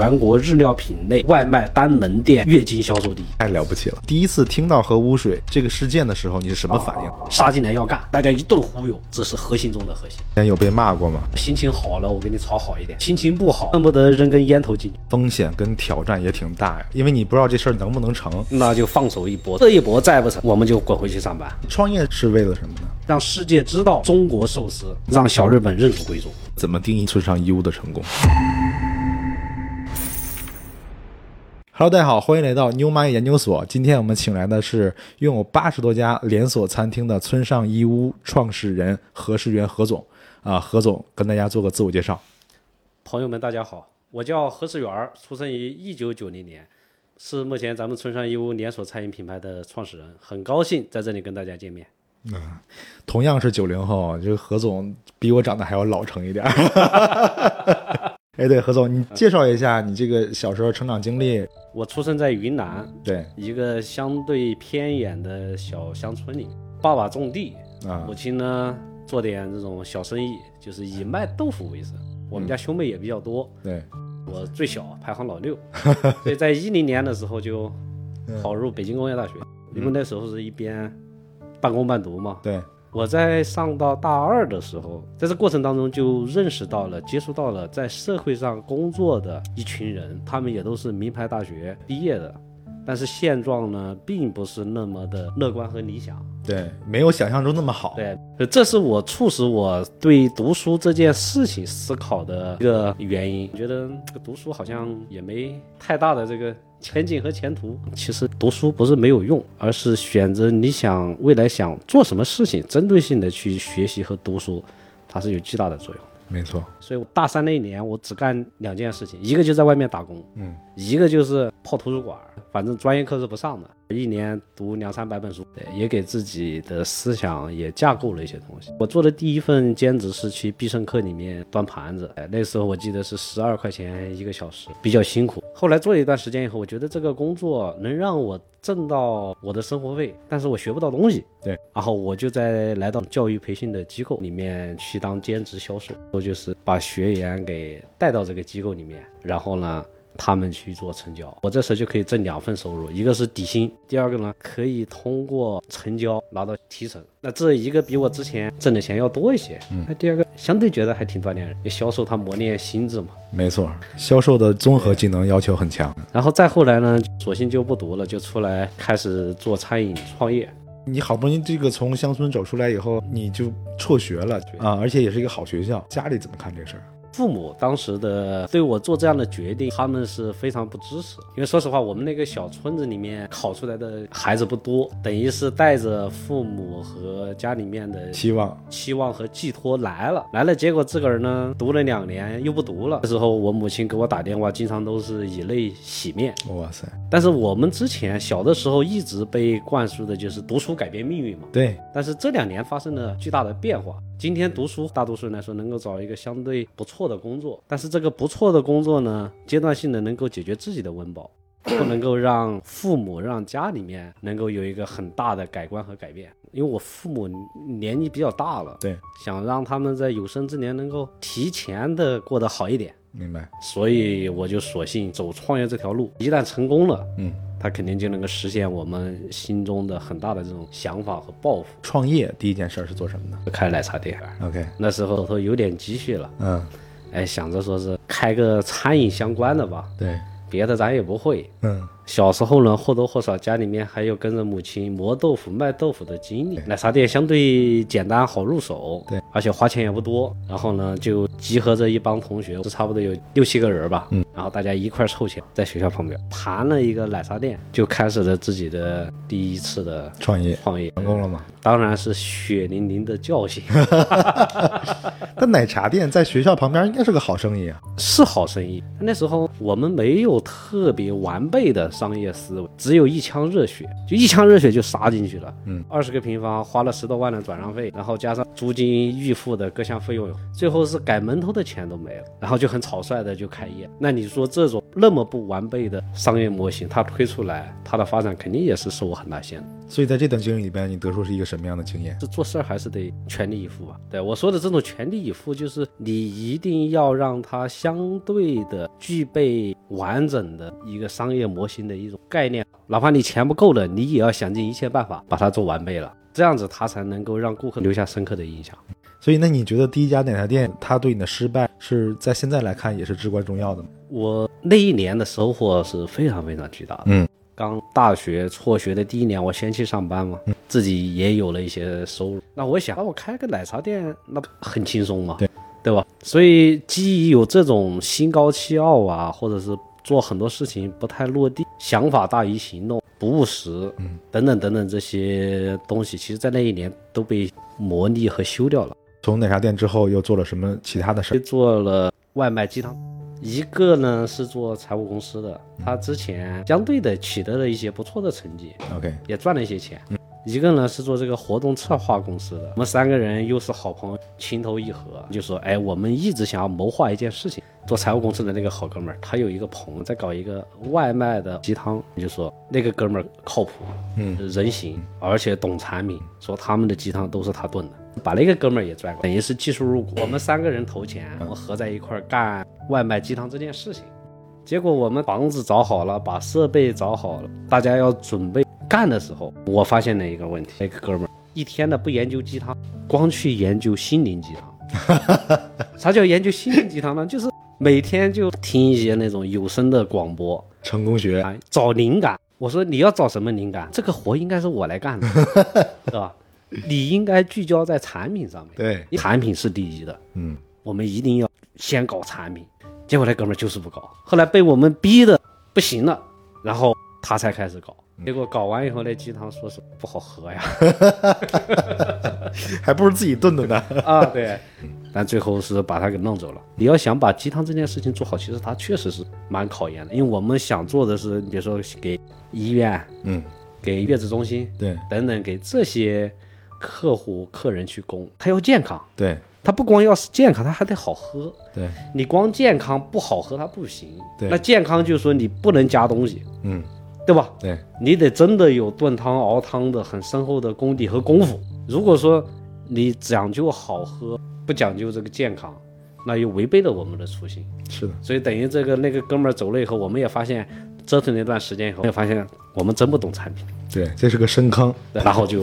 全国日料品类外卖单门店月均销售第一。太了不起了！第一次听到核污水这个事件的时候，你是什么反应？杀进来要干，大家一顿忽悠，这是核心中的核心。之前有被骂过吗？心情好了，我给你炒好一点；心情不好，恨不得扔根烟头进去，风险跟挑战也挺大呀，因为你不知道这事儿能不能成。 那就放手一搏。这一搏再不成，我们就滚回去上班，创业是为了什么呢？让世界知道中国寿司，让小日本认祖归宗。怎么定义村上一屋的成功？Hello，大家好，欢迎来到 New Money 研究所。今天我们请来的是拥有八十多家连锁餐厅的村上一屋创始人何世元何总啊、何总跟大家做个自我介绍。朋友们，大家好，我叫何世元儿，出生于一九九零年，是目前咱们村上一屋连锁餐饮品牌的创始人，很高兴在这里跟大家见面。同样是九零后，这个何总比我长得还要老成一点儿。 哎，对，何总，你介绍一下你这个小时候成长经历。我出生在云南对一个相对偏远的小乡村里，爸爸种地，啊母亲呢做点这种小生意，就是以卖豆腐为生。我们家兄妹也比较多，对，我最小，排行老六，所以在一零年的时候就考入北京工业大学，因为那时候是一边半工半读嘛。对，我在上到大二的时候，在这过程当中就认识到了、接触到了在社会上工作的一群人，他们也都是名牌大学毕业的，但是现状呢，并不是那么的乐观和理想。对，没有想象中那么好。对，所以这是我促使我对读书这件事情思考的一个原因。觉得这个读书好像也没太大的这个前景和前途。其实读书不是没有用，而是选择你想未来想做什么事情，针对性的去学习和读书，它是有巨大的作用。没错，所以我大三那一年，我只干两件事情，一个就在外面打工，嗯，一个就是泡图书馆，反正专业课是不上的，一年读两三百本书，对也给自己的思想也架构了一些东西。我做的第一份兼职是去必胜客里面端盘子，哎，那时候我记得是十二块钱一个小时，比较辛苦。后来做了一段时间以后，我觉得这个工作能让我挣到我的生活费，但是我学不到东西，然后我就在来到教育培训的机构里面去当兼职销售，我就是把学员给带到这个机构里面，然后呢，他们去做成交，我这时候就可以挣两份收入，一个是底薪，第二个呢可以通过成交拿到提成。那这一个比我之前挣的钱要多一些，那第二个相对觉得还挺锻炼人，因为销售它磨练心智嘛。没错，销售的综合技能要求很强。然后再后来呢，索性就不读了，就出来开始做餐饮创业。你好不容易这个从乡村走出来以后，你就辍学了啊，而且也是一个好学校。家里怎么看这事儿？父母当时的对我做这样的决定，他们是非常不支持，因为说实话，我们那个小村子里面考出来的孩子不多，等于是带着父母和家里面的希望期望和寄托来了，来了，结果自个儿呢读了两年又不读了。那时候我母亲给我打电话，经常都是以泪洗面。哇塞，但是我们之前小的时候一直被灌输的就是读书改变命运嘛，对，但是这两年发生了巨大的变化。今天读书，大多数人来说能够找一个相对不错的工作，但是这个不错的工作呢，阶段性的能够解决自己的温饱，不能够让父母、让家里面能够有一个很大的改观和改变。因为我父母年纪比较大了，对，想让他们在有生之年能够提前的过得好一点，明白，所以我就索性走创业这条路。一旦成功了，嗯。他肯定就能够实现我们心中的很大的这种想法和抱负。创业第一件事儿是做什么呢开奶茶店。 ？OK，那时候手头有点积蓄了，嗯，哎，想着说是开个餐饮相关的吧，对，别的咱也不会。嗯，小时候呢，或多或少家里面还有跟着母亲磨豆腐、卖豆腐的经历。奶茶店相对简单好入手，对，而且花钱也不多。然后呢，就集合着一帮同学，差不多有六七个人吧，嗯，然后大家一块儿凑钱，在学校旁边盘了一个奶茶店，就开始了自己的第一次的创业创业，成功了吗？当然是血淋淋的教训。但奶茶店在学校旁边应该是个好生意啊。是好生意。那时候我们没有特别完备的商业思维，只有一腔热血，就一腔热血就杀进去了。嗯，二十个平方花了十多万的转让费，然后加上租金、预付的各项费用，最后是改门头的钱都没了，然后就很草率的就开业。那你说这种那么不完备的商业模型，它推出来，它的发展肯定也是受我很大限制。所以在这段经历里边，你得出是一个什么样的经验？这做事儿还是得全力以赴吧。对我说的这种全力以赴，就是你一定要让它相对的具备完整的一个商业模型的一种概念，哪怕你钱不够了，你也要想尽一切办法把它做完备了，这样子它才能够让顾客留下深刻的印象。所以，那你觉得第一家奶茶店它对你的失败是在现在来看也是至关重要的吗？我那一年的收获是非常非常巨大的。嗯，刚大学辍学的第一年，我先去上班嘛，嗯自己也有了一些收入。那我想，那我开个奶茶店，那很轻松嘛，对对吧？所以基于有这种心高气傲啊，或者是做很多事情不太落地，想法大于行动，不务实，嗯等等等等这些东西，其实在那一年都被磨砺和修掉了。从奶茶店之后又做了什么其他的事去儿？做了外卖鸡汤，一个呢是做财务公司的，他之前相对的取得了一些不错的成绩， OK，也赚了一些钱。一个呢是做这个活动策划公司的，我们三个人又是好朋友，情投意合，就说哎，我们一直想要谋划一件事情。做财务公司的那个好哥们儿，他有一个朋友在搞一个外卖的鸡汤，就说那个哥们儿靠谱，嗯，人行，而且懂产品，说他们的鸡汤都是他炖的，把那个哥们儿也拽过来，等于是技术入股。我们三个人投钱，我们合在一块儿干外卖鸡汤这件事情。结果我们房子找好了，把设备找好了，大家要准备干的时候，我发现了一个问题：那个哥们儿一天的不研究鸡汤，光去研究心灵鸡汤。啥叫研究心灵鸡汤呢？就是每天就听一些那种有声的广播成功学啊，找灵感。我说你要找什么灵感？这个活应该是我来干的，是吧？你应该聚焦在产品上面，对，产品是第一的。嗯，我们一定要先搞产品。结果那哥们儿就是不搞，后来被我们逼的不行了，然后他才开始搞。结果搞完以后，那鸡汤说是不好喝呀，还不如自己炖的呢。啊对， 但最后是把他给弄走了。你要想把鸡汤这件事情做好，其实它确实是蛮考验的，因为我们想做的是，你比如说给医院、 嗯，给月子中心对等等，给这些客户客人去供，他要健康，对他不光要是健康，他还得好喝。对，你光健康不好喝它不行。对那健康就是说你不能加东西，嗯对吧？对你得真的有炖汤、熬汤的很深厚的功底和功夫。如果说你讲究好喝，不讲究这个健康，那又违背了我们的初心。是的，所以等于这个那个哥们儿走了以后，我们也发现折腾了一段时间以后，也发现我们真不懂产品，对，这是个深坑。对然后就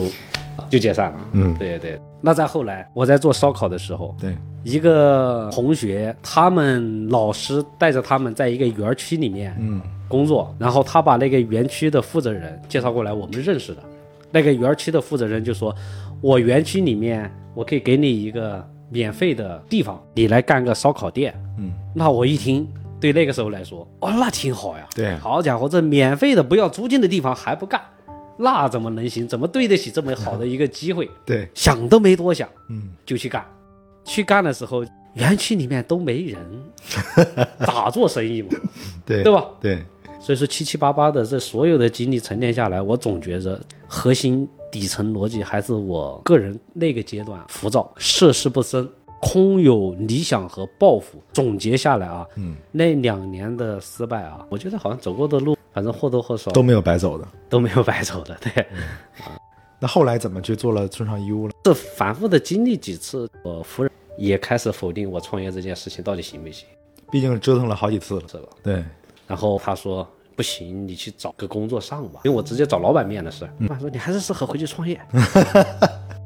就解散了。嗯，对对。那再后来，我在做烧烤的时候，对，一个同学，他们老师带着他们在一个园区里面嗯工作，然后他把那个园区的负责人介绍过来，我们认识的。那个园区的负责人就说：“我园区里面我可以给你一个免费的地方，你来干个烧烤店。”嗯，那我一听，对那个时候来说，哦，那挺好呀。对好家伙，这免费的不要租金的地方还不干，那怎么能行？怎么对得起这么好的一个机会？对，想都没多想，嗯就去干。去干的时候，园区里面都没人， 咋做生意嘛，对对吧？对所以说七七八八的这所有的经历沉淀下来，我总觉着核心底层逻辑还是我个人那个阶段浮躁、涉世不深、空有理想和抱负。总结下来啊，嗯，那两年的失败啊，我觉得好像走过的路，反正或多或少都没有白走的。都没有白走的， 对。那后来怎么去做了村上义乌了？这反复的经历几次，我夫人也开始否定我创业这件事情到底行不行，毕竟折腾了好几次了。是吧？对，然后她说不行，你去找个工作上吧，因为我直接找老板面的事儿。老板说你还是适合回去创业。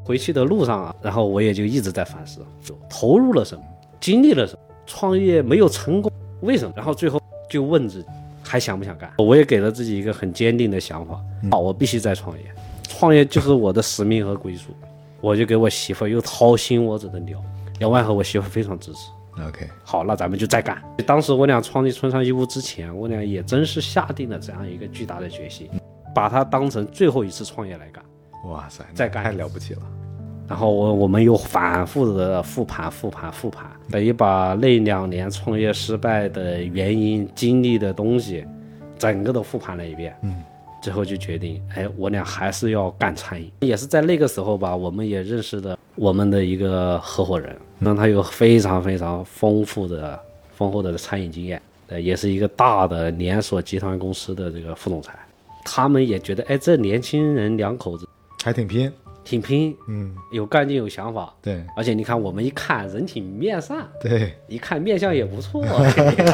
回去的路上啊，然后我也就一直在反思，就投入了什么，经历了什么，创业没有成功，为什么？然后最后就问自己还想不想干？我也给了自己一个很坚定的想法，啊，我必须再创业，创业就是我的使命和归宿。我就给我媳妇儿又掏心窝子的聊，聊完后我媳妇儿非常支持。 OK，好，那咱们就再干。当时我俩创立村上义乌之前，我俩也真是下定了这样一个巨大的决心，把它当成最后一次创业来干。哇塞，那再干一太次了不起了。然后我我们又反复的复盘、复盘、复盘，等于把那两年创业失败的原因、经历的东西，整个都复盘了一遍。嗯，最后就决定，哎，我俩还是要干餐饮。也是在那个时候吧，我们也认识了我们的一个合伙人，让他有非常非常丰富的、丰厚的餐饮经验，呃，也是一个大的连锁集团公司的这个副总裁。他们也觉得，哎，这年轻人两口子还挺拼，挺拼，嗯，有干劲，有想法。对而且你看，我们一看人挺面善，对，一看面相也不 错，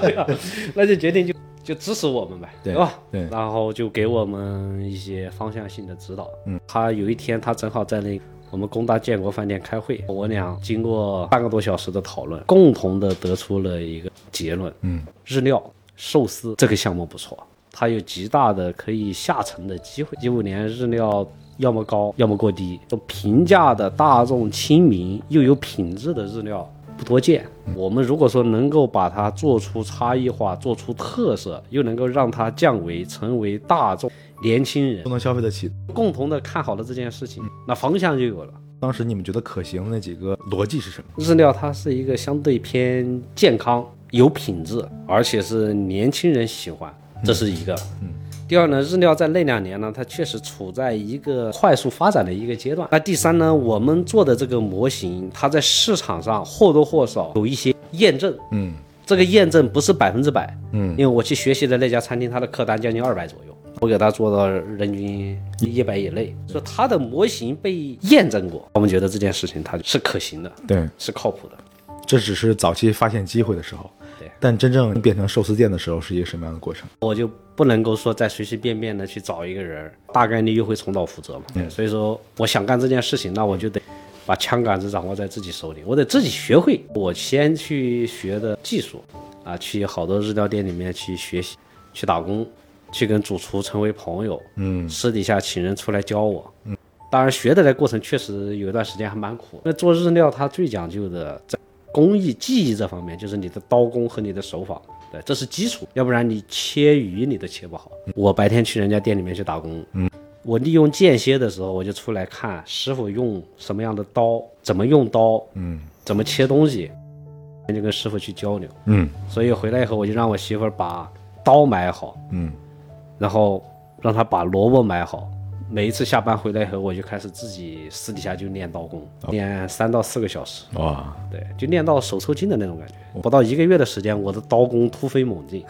对吧？那就决定就就支持我们呗，对吧？对然后就给我们一些方向性的指导。嗯，他有一天他正好在那个我们工大建国饭店开会，我俩经过半个多小时的讨论，共同的得出了一个结论：嗯，日料寿司这个项目不错，它有极大的可以下沉的机会。一五年日料要么高，要么过低，就平价的大众亲民又有品质的日料不多见。我们如果说能够把它做出差异化，做出特色，又能够让它降维成为大众年轻人都能消费得起。共同的看好了这件事情，那方向就有了。当时你们觉得可行的那几个逻辑是什么？日料它是一个相对偏健康、有品质，而且是年轻人喜欢，这是一个。嗯。第二呢，日料在那两年呢，它确实处在一个快速发展的一个阶段。那第三呢，我们做的这个模型，它在市场上或多或少有一些验证。嗯这个验证不是百分之百，嗯因为我去学习的那家餐厅，它的客单将近二百左右，我给它做到人均一百以内，所以它的模型被验证过。我们觉得这件事情它是可行的，对，是靠谱的。这只是早期发现机会的时候对，但真正变成寿司店的时候是一个什么样的过程？我就不能够说再随随便便的去找一个人儿，大概率又会重蹈覆辙嘛。对所以说，我想干这件事情，那我就得把枪杆子掌握在自己手里，我得自己学会。我先去学的技术，啊，去好多日料店里面去学习，去打工，去跟主厨成为朋友，嗯，私底下请人出来教我。嗯，当然学的这过程确实有一段时间还蛮苦。那做日料它最讲究的在工艺技艺这方面，就是你的刀工和你的手法，对，这是基础，要不然你切鱼你都切不好。我白天去人家店里面去打工，嗯，我利用间歇的时候，我就出来看师傅用什么样的刀，怎么用刀，嗯怎么切东西，就跟师傅去交流。嗯所以回来以后，我就让我媳妇儿把刀买好，嗯，然后让他把萝卜买好。每一次下班回来以后，我就开始自己私底下就练刀工，哦练三到四个小时，哇，对，就练到手抽筋的那种感觉。不到一个月的时间，我的刀工突飞猛 进，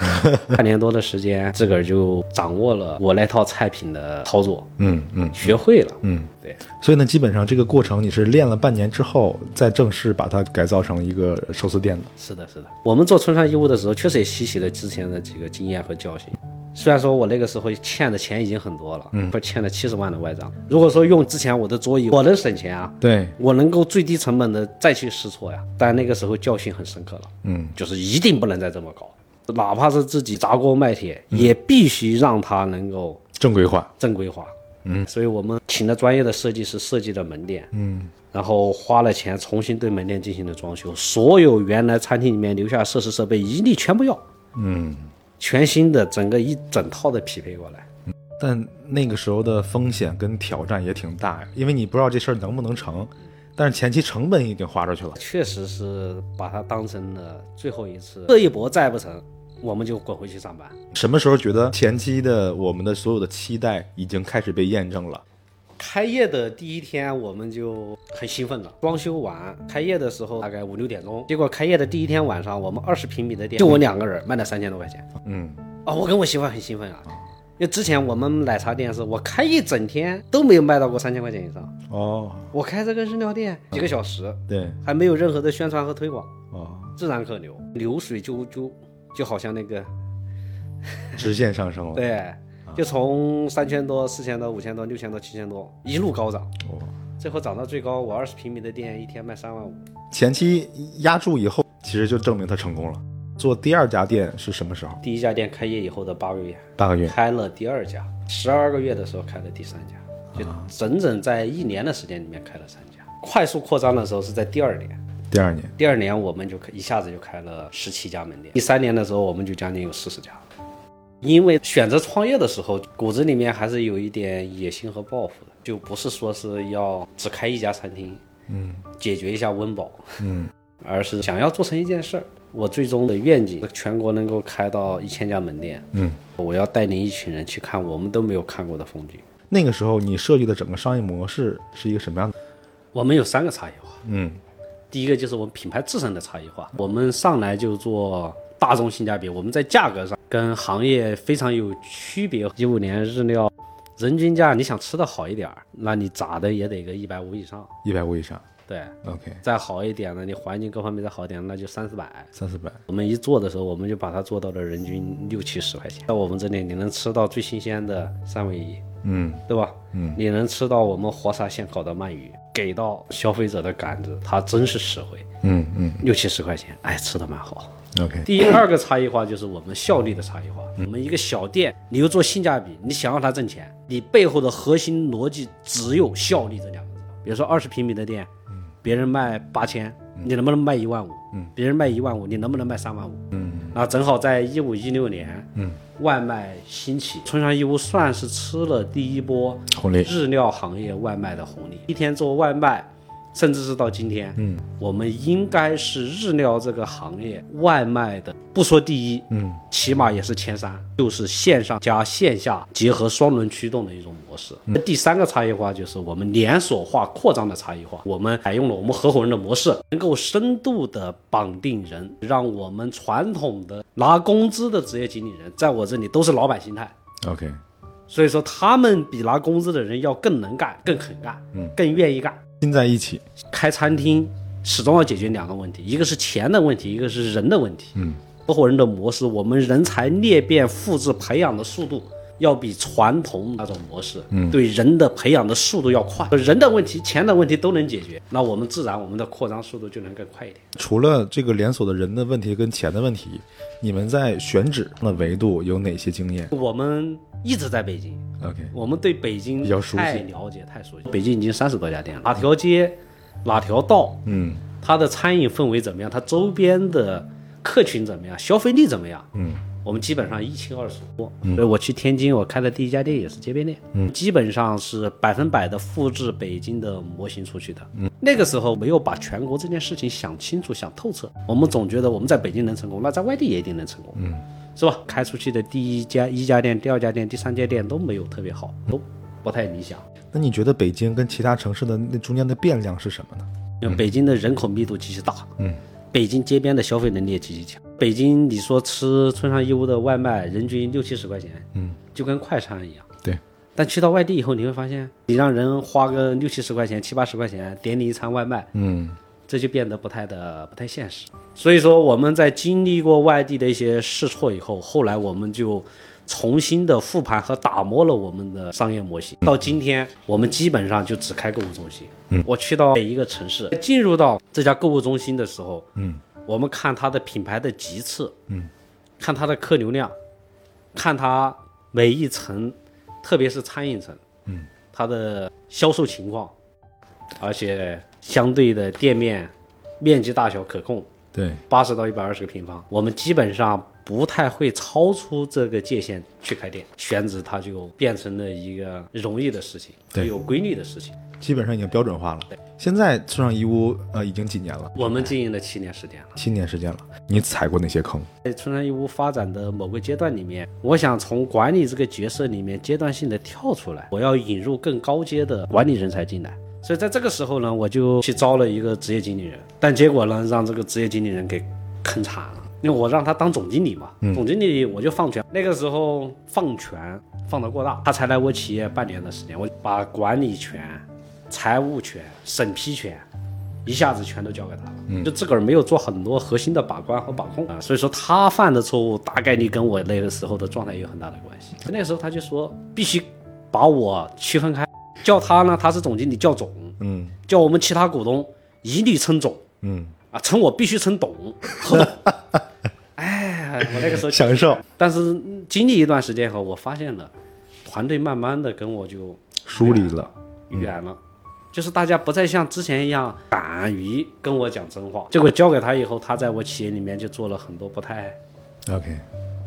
半年多的时间，自个儿就掌握了我那套菜品的操作，嗯嗯学会了。嗯，对，所以呢，基本上这个过程你是练了半年之后，再正式把它改造成一个寿司店的。是的，是的。我们做村上义务的时候，确实也吸取了之前的几个经验和教训。虽然说我那个时候欠的钱已经很多了，嗯，不是欠了七十万的外账。如果说用之前我的桌椅，我能省钱啊，对，我能够最低成本的再去试错呀。但那个时候教训很深刻了，嗯，就是一定不能再这么搞，哪怕是自己砸锅卖铁，也必须让它能够正规化。正规化。嗯，所以我们请了专业的设计师设计的门店，嗯，然后花了钱重新对门店进行了装修，所有原来餐厅里面留下的设施设备一律全不要，嗯，全新的整个一整套的匹配过来。但那个时候的风险跟挑战也挺大呀，因为你不知道这事儿能不能成，但是前期成本已经花出去了。确实是把它当成了最后一次，这一搏再不成，我们就滚回去上班。什么时候觉得前期的我们的所有的期待已经开始被验证了？开业的第一天，我们就很兴奋了。装修完，开业的时候大概五六点钟，结果开业的第一天晚上，我们二十平米的店，就我两个人卖了三千多块钱。嗯，啊、我跟我媳妇儿很兴奋啊，因为之前我们奶茶店是我开一整天都没有卖到过三千块钱以上，哦，我开这个日料店几个小时，对，还没有任何的宣传和推广，哦，自然客流，流水就就就好像那个直线上升了。对，就从三千多、四千多、五千多、六千多、七千多一路高涨，哦，最后涨到最高，我二十平米的店一天卖三万五。前期压住以后，其实就证明他成功了。做第二家店是什么时候？第一家店开业以后的八个月，八个月。开了第二家，十二个月的时候开了第三家，就整整在一年的时间里面开了三家。快速扩张的时候是在第二年，第二年，第二年我们就一下子就开了十七家门店，第三年的时候我们就将近有四十家了。因为选择创业的时候，骨子里面还是有一点野心和抱负的，就不是说是要只开一家餐厅，嗯解决一下温饱，嗯，而是想要做成一件事儿。我最终的愿景，全国能够开到一千家门店。嗯，我要带领一群人去看我们都没有看过的风景。那个时候你设计的整个商业模式是一个什么样的？我们有三个差异化，嗯第一个就是我们品牌自身的差异化，我们上来就做大众性价比，我们在价格上跟行业非常有区别。一五年日料人均价，你想吃的好一点儿，那你咋的也得个一百五以上，一百五以上对。 ，OK，再好一点的，你环境各方面再好一点，那就三四百。三四百，我们一做的时候，我们就把它做到了人均六七十块钱。在我们这里，你能吃到最新鲜的三文鱼，嗯对吧？嗯，你能吃到我们活沙现烤的鳗鱼，给到消费者的感知，它真是实惠，嗯嗯六七十块钱，哎，吃的蛮好。 ，OK，第二个差异化就是我们效率的差异化。我们一个小店，你又做性价比，你想让它挣钱，你背后的核心逻辑只有效率这两个字。比如说二十平米的店，别人卖八千，嗯你能不能卖一万五？别人卖一万五，你能不能卖三万五？嗯啊，正好在一五一六年，嗯，外卖兴起，村上义乌算是吃了第一波红利，日料行业外卖的红利。一天做外卖，甚至是到今天，嗯，我们应该是日料这个行业外卖的，不说第一，嗯起码也是前三，就是线上加线下结合双轮驱动的一种模式。嗯第三个差异化就是我们连锁化扩张的差异化，我们采用了我们合伙人的模式，能够深度的绑定人，让我们传统的拿工资的职业经理人，在我这里都是老板心态。 ，OK，所以说，他们比拿工资的人要更能干、更肯干、嗯更愿意干。拼在一起，开餐厅始终要解决两个问题，一个是钱的问题，一个是人的问题。嗯，合伙人的模式，我们人才裂变、复制、培养的速度。要比传统那种模式，嗯，对人的培养的速度要快，人的问题、钱的问题都能解决，那我们自然我们的扩张速度就能更快一点。除了这个连锁的人的问题跟钱的问题，你们在选址上的维度有哪些经验我们一直在北京， ？OK，我们对北京比较熟悉太了解、太熟悉。北京已经三十多家店了，哪条街、哪条道，嗯它的餐饮氛围怎么样，它周边的客群怎么样，消费力怎么样，嗯，我们基本上一清二楚。所以我去天津，我开的第一家店也是街边店，嗯，基本上是百分百的复制北京的模型出去的。嗯，那个时候没有把全国这件事情想清楚、想透彻，我们总觉得我们在北京能成功，那在外地也一定能成功，嗯，是吧？开出去的第一家、一家店、第二家店、第三家店都没有特别好，都不太理想。那你觉得北京跟其他城市的那中间的变量是什么呢？因为北京的人口密度极其大，嗯，北京街边的消费能力也极其强。北京你说吃村上义乌的外卖，人均六七十块钱，嗯，就跟快餐一样。对，但去到外地以后，你会发现，你让人花个六七十块钱、七八十块钱点你一餐外卖，嗯这就变得不太的不太现实。所以说，我们在经历过外地的一些试错以后，后来我们就重新的复盘和打磨了我们的商业模型。嗯到今天，我们基本上就只开购物中心。嗯，我去到每一个城市，进入到这家购物中心的时候，嗯，我们看它的品牌的级次，嗯，看它的客流量，看它每一层，特别是餐饮层，嗯，它的销售情况，而且相对的店面面积大小可控，对，八十到一百二十个平方，我们基本上不太会超出这个界限去开店，选址它就变成了一个容易的事情，对有规律的事情。基本上已经标准化了。现在村上义乌呃已经几年了？我们经营了七年时间了，七年时间了。你踩过哪些坑？在村上义乌发展的某个阶段里面，我想从管理这个角色里面阶段性的跳出来，我要引入更高阶的管理人才进来。所以在这个时候呢，我就去招了一个职业经理人，但结果呢，让这个职业经理人给坑惨了。因为我让他当总经理嘛，总经理我就放权。那个时候放权放得过大，他才来我企业半年的时间，我把管理权、财务权、审批权一下子全都交给他了，嗯就自个儿没有做很多核心的把关和把控啊，所以说他犯的错误大概率跟我那个时候的状态有很大的关系。那个时候他就说必须把我区分开，叫他呢他是总经理叫总，嗯叫我们其他股东一律称总嗯，啊，称我必须称董，何董。 哎，我那个 时候享受但是嗯经历一段时间后，我发现了团队慢慢的跟我就梳理了。远了，就是大家不再像之前一样敢于跟我讲真话。结果交给他以后，他在我企业里面就做了很多不太 OK，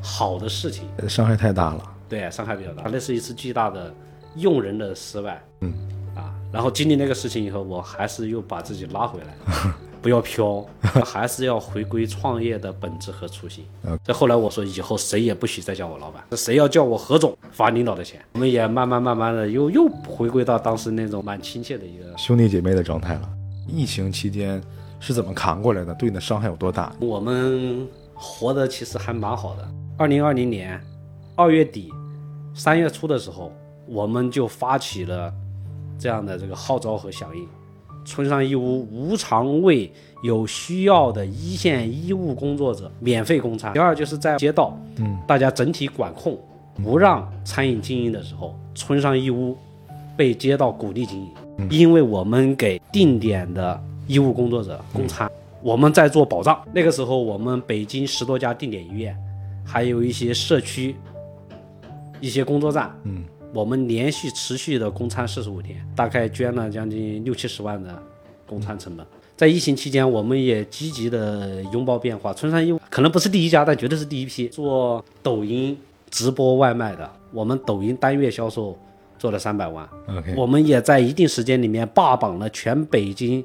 好的事情，呃伤害太大了。对，伤害比较大。那是一次巨大的用人的失败，嗯，啊，然后经历那个事情以后，我还是又把自己拉回来了不要飘， 还是要回归创业的本质和初心。这后来我说，以后谁也不许再叫我老板，谁要叫我何总，罚领导的钱。我们也慢慢慢慢的又又回归到当时那种蛮亲切的一个兄弟姐妹的状态了。疫情期间是怎么扛过来的？对你的伤害有多大？我们活得其实还蛮好的。二零二零年二月底、三月初的时候，我们就发起了这样的这个号召和响应。村上义乌无偿为有需要的一线医务工作者免费供餐。第二就是在街道，嗯，大家整体管控，不让餐饮经营的时候，村上义乌被街道鼓励经营，因为我们给定点的医务工作者供餐，我们在做保障。那个时候，我们北京十多家定点医院，还有一些社区、一些工作站，嗯，我们连续持续的供餐四十五天，大概捐了将近六七十万的供餐成本。在疫情期间，我们也积极的拥抱变化。春山医务可能不是第一家，但绝对是第一批做抖音直播外卖的。我们抖音单月销售做了三百万， OK，我们也在一定时间里面霸榜了全北京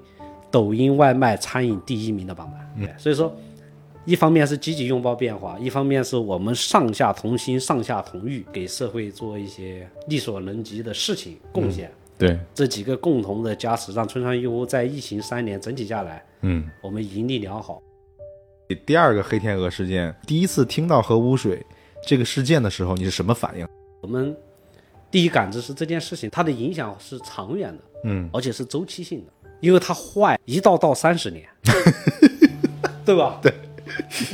抖音外卖餐饮第一名的榜嗯单。对所以说，一方面是积极拥抱变化，一方面是我们上下同心、上下同欲，给社会做一些力所能及的事情贡献。嗯对，这几个共同的加持，让村上义乌在疫情三年整体下来，嗯。我们盈利良好。第二个黑天鹅事件，第一次听到核污水这个事件的时候，你是什么反应？我们第一感知是这件事情它的影响是长远的，嗯，而且是周期性的，因为它坏一到到三十年，对吧？对，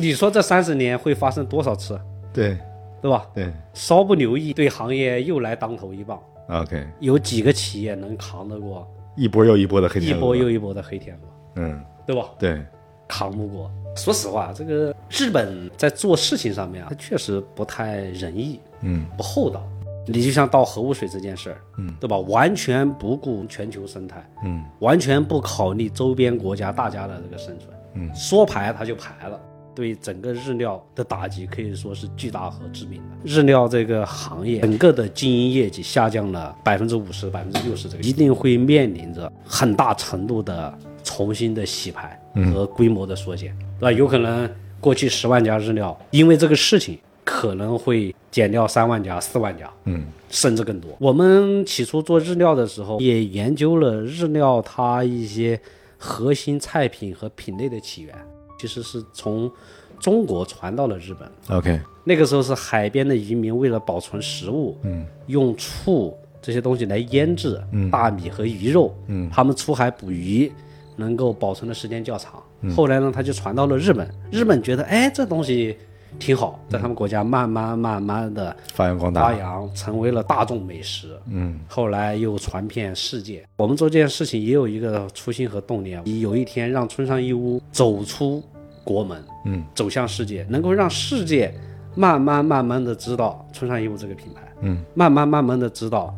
你说这三十年会发生多少次，对对吧？对稍不留意，对行业又来当头一棒。 ，OK，有几个企业能扛得过一波又一波的黑一天鹅，波又一波的黑天鹅，嗯，对吧？对，扛不过。说实话，这个日本在做事情上面啊，它确实不太仁义，嗯不厚道。你就像倒核污水这件事儿，嗯，对吧？完全不顾全球生态，嗯完全不考虑周边国家大家的这个生存，嗯说排它就排了，对整个日料的打击可以说是巨大和致命的。日料这个行业整个的经营业绩下降了百分之五十、百分之六十，这个一定会面临着很大程度的重新的洗牌和规模的缩减，对吧？有可能过去十万家日料，因为这个事情可能会减掉三万家、四万家，嗯甚至更多。我们起初做日料的时候，也研究了日料它一些核心菜品和品类的起源，其实是从中国传到了日本。 ，OK，那个时候是海边的渔民为了保存食物，嗯用醋这些东西来腌制大米和鱼肉。嗯他们出海捕鱼，能够保存的时间较长。嗯后来呢，它就传到了日本，日本觉得哎这东西挺好，在他们国家慢慢慢慢的发扬光发大，扬成为了大众美食，嗯后来又传遍世界。我们做这件事情也有一个初心和动力，啊，有一天让村上义乌走出国门，嗯，走向世界，能够让世界慢慢慢慢的知道村上义乌这个品牌，嗯，慢慢慢慢的知道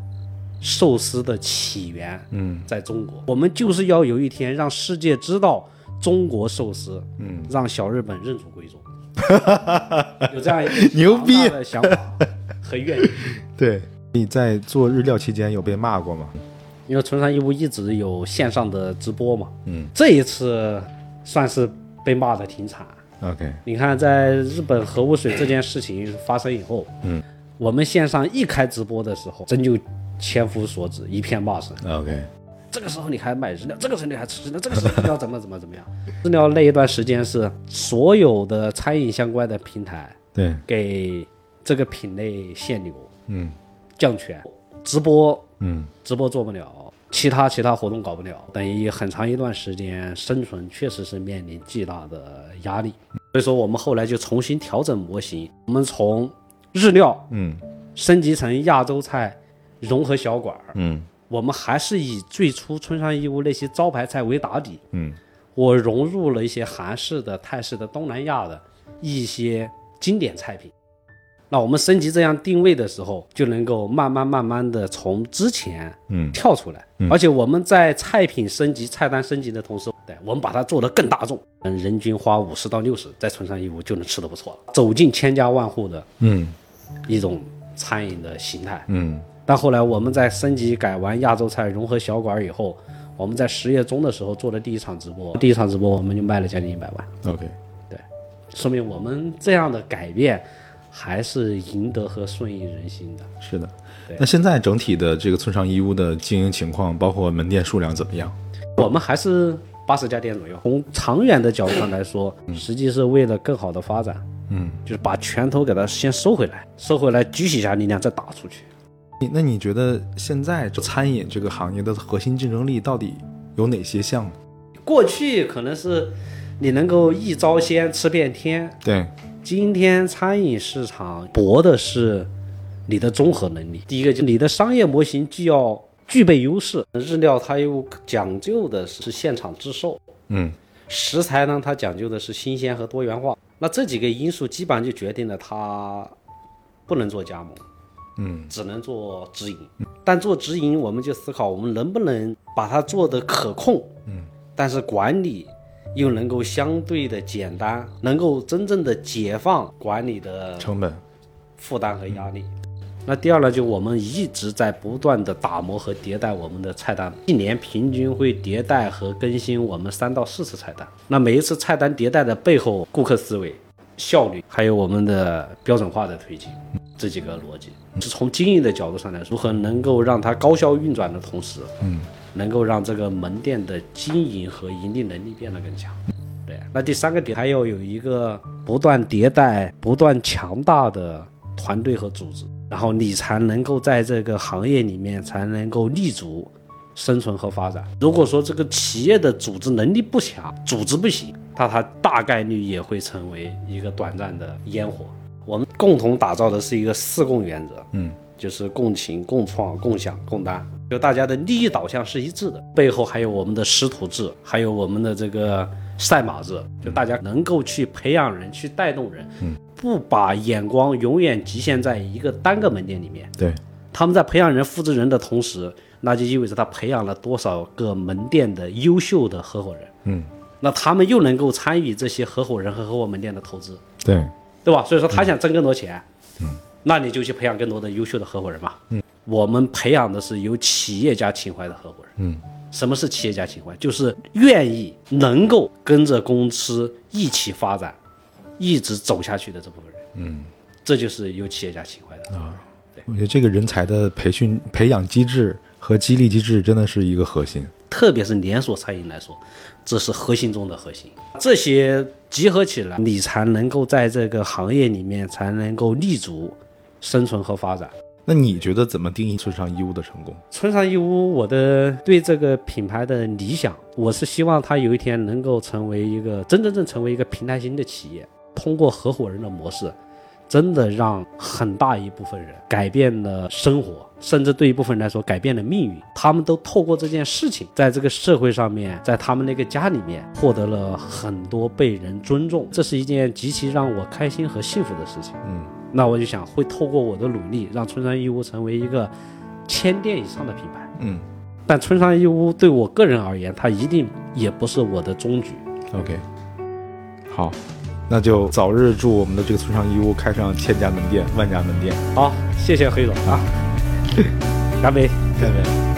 寿司的起源嗯在中国。我们就是要有一天让世界知道中国寿司，嗯，让小日本认祖 归宗。有这样一个牛逼强大的想法和愿景。对。你在做日料期间有被骂过吗？因为村上义乌一直有线上的直播嘛，嗯这一次算是被骂的挺惨。 ，OK，你看，在日本核污水这件事情发生以后，嗯，我们线上一开直播的时候，真就千夫所指，一片骂声。 OK，这个时候你还买日料，这个时候你还吃日料，这个时候日料怎么怎么怎么样？ 日料那一段时间是所有的餐饮相关的平台对，给这个品类限流、嗯降权，直播嗯直播做不了，其他其他活动搞不了，等于很长一段时间生存确实是面临巨大的压力。所以说，我们后来就重新调整模型，我们从日料嗯升级成亚洲菜融合小馆儿，嗯我们还是以最初村上义乌那些招牌菜为打底，嗯我融入了一些韩式的、泰式的、东南亚的一些经典菜品。那我们升级这样定位的时候，就能够慢慢慢慢的从之前嗯跳出来，而且我们在菜品升级、菜单升级的同时，对我们把它做得更大众，嗯，人均花五十到六十，在村上义乌就能吃得不错了，走进千家万户的嗯一种餐饮的形态。嗯但后来我们在升级改完亚洲菜融合小馆以后，我们在十月中的时候做了第一场直播，第一场直播我们就卖了将近一百万， ，OK，说明我们这样的改变还是赢得和顺应人心的。是的对。那现在整体的这个村上义乌的经营情况，包括门店数量怎么样？我们还是八十家店左右。从长远的角度上来说，实际是为了更好的发展，嗯，就是把拳头给它先收回来，收回来，举起一下力量再打出去。你那你觉得现在这餐饮这个行业的核心竞争力到底有哪些项目？过去可能是你能够一招鲜吃遍天，对，今天餐饮市场搏的是你的综合能力。第一个就是你的商业模型既要具备优势，日料它又讲究的是现场制售，嗯，食材呢它讲究的是新鲜和多元化。那这几个因素基本上就决定了它不能做加盟，嗯，只能做直营。但做直营，我们就思考我们能不能把它做得可控，嗯，但是管理又能够相对的简单，能够真正的解放管理的成本，负担和压力。那第二呢，就我们一直在不断的打磨和迭代我们的菜单，一年平均会迭代和更新我们三到四次菜单。那每一次菜单迭代的背后，顾客思维、效率，还有我们的标准化的推进，这几个逻辑是从经营的角度上来说，如何能够让它高效运转的同时，嗯，能够让这个门店的经营和盈利能力变得更强。对，那第三个点还要有一个不断迭代、不断强大的团队和组织，然后你才能够在这个行业里面才能够立足、生存和发展。如果说这个企业的组织能力不强，组织不行，那它大概率也会成为一个短暂的烟火。我们共同打造的是一个四共原则，嗯，就是共情、共创、共享、共担，就大家的利益导向是一致的。背后还有我们的师徒制，还有我们的这个赛马制，就大家能够去培养人，去带动人，不把眼光永远局限在一个单个门店里面。对，他们在培养人、复制人的同时，那就意味着他培养了多少个门店的优秀的合伙人，嗯，那他们又能够参与这些合伙人和合伙门店的投资。对，对吧？所以说他想挣更多钱，那你就去培养更多的优秀的合伙人嘛。嗯，我们培养的是有企业家情怀的合伙人。嗯，什么是企业家情怀？就是愿意能够跟着公司一起发展，一直走下去的这部分人。嗯，啊这就是有企业家情怀的。我觉得这个人才的培训、培养机制和激励机制真的是一个核心。特别是连锁餐饮来说，这是核心中的核心。这些集合起来，你才能够在这个行业里面才能够立足、生存和发展。那你觉得怎么定义村上义乌的成功？村上义乌，我的对这个品牌的理想，我是希望它有一天能够成为一个真真正成为一个平台型的企业，通过合伙人的模式，真的让很大一部分人改变了生活，甚至对一部分人来说改变了命运。他们都透过这件事情，在这个社会上面，在他们那个家里面，获得了很多被人尊重，这是一件极其让我开心和幸福的事情。嗯，那我就想会透过我的努力，让村上义乌成为一个千店以上的品牌。嗯但村上义乌对我个人而言，它一定也不是我的终局。 ，OK，好，那就早日祝我们的这个村上义乌开上千家门店、万家门店。 好，谢谢黑总啊，干杯！下面。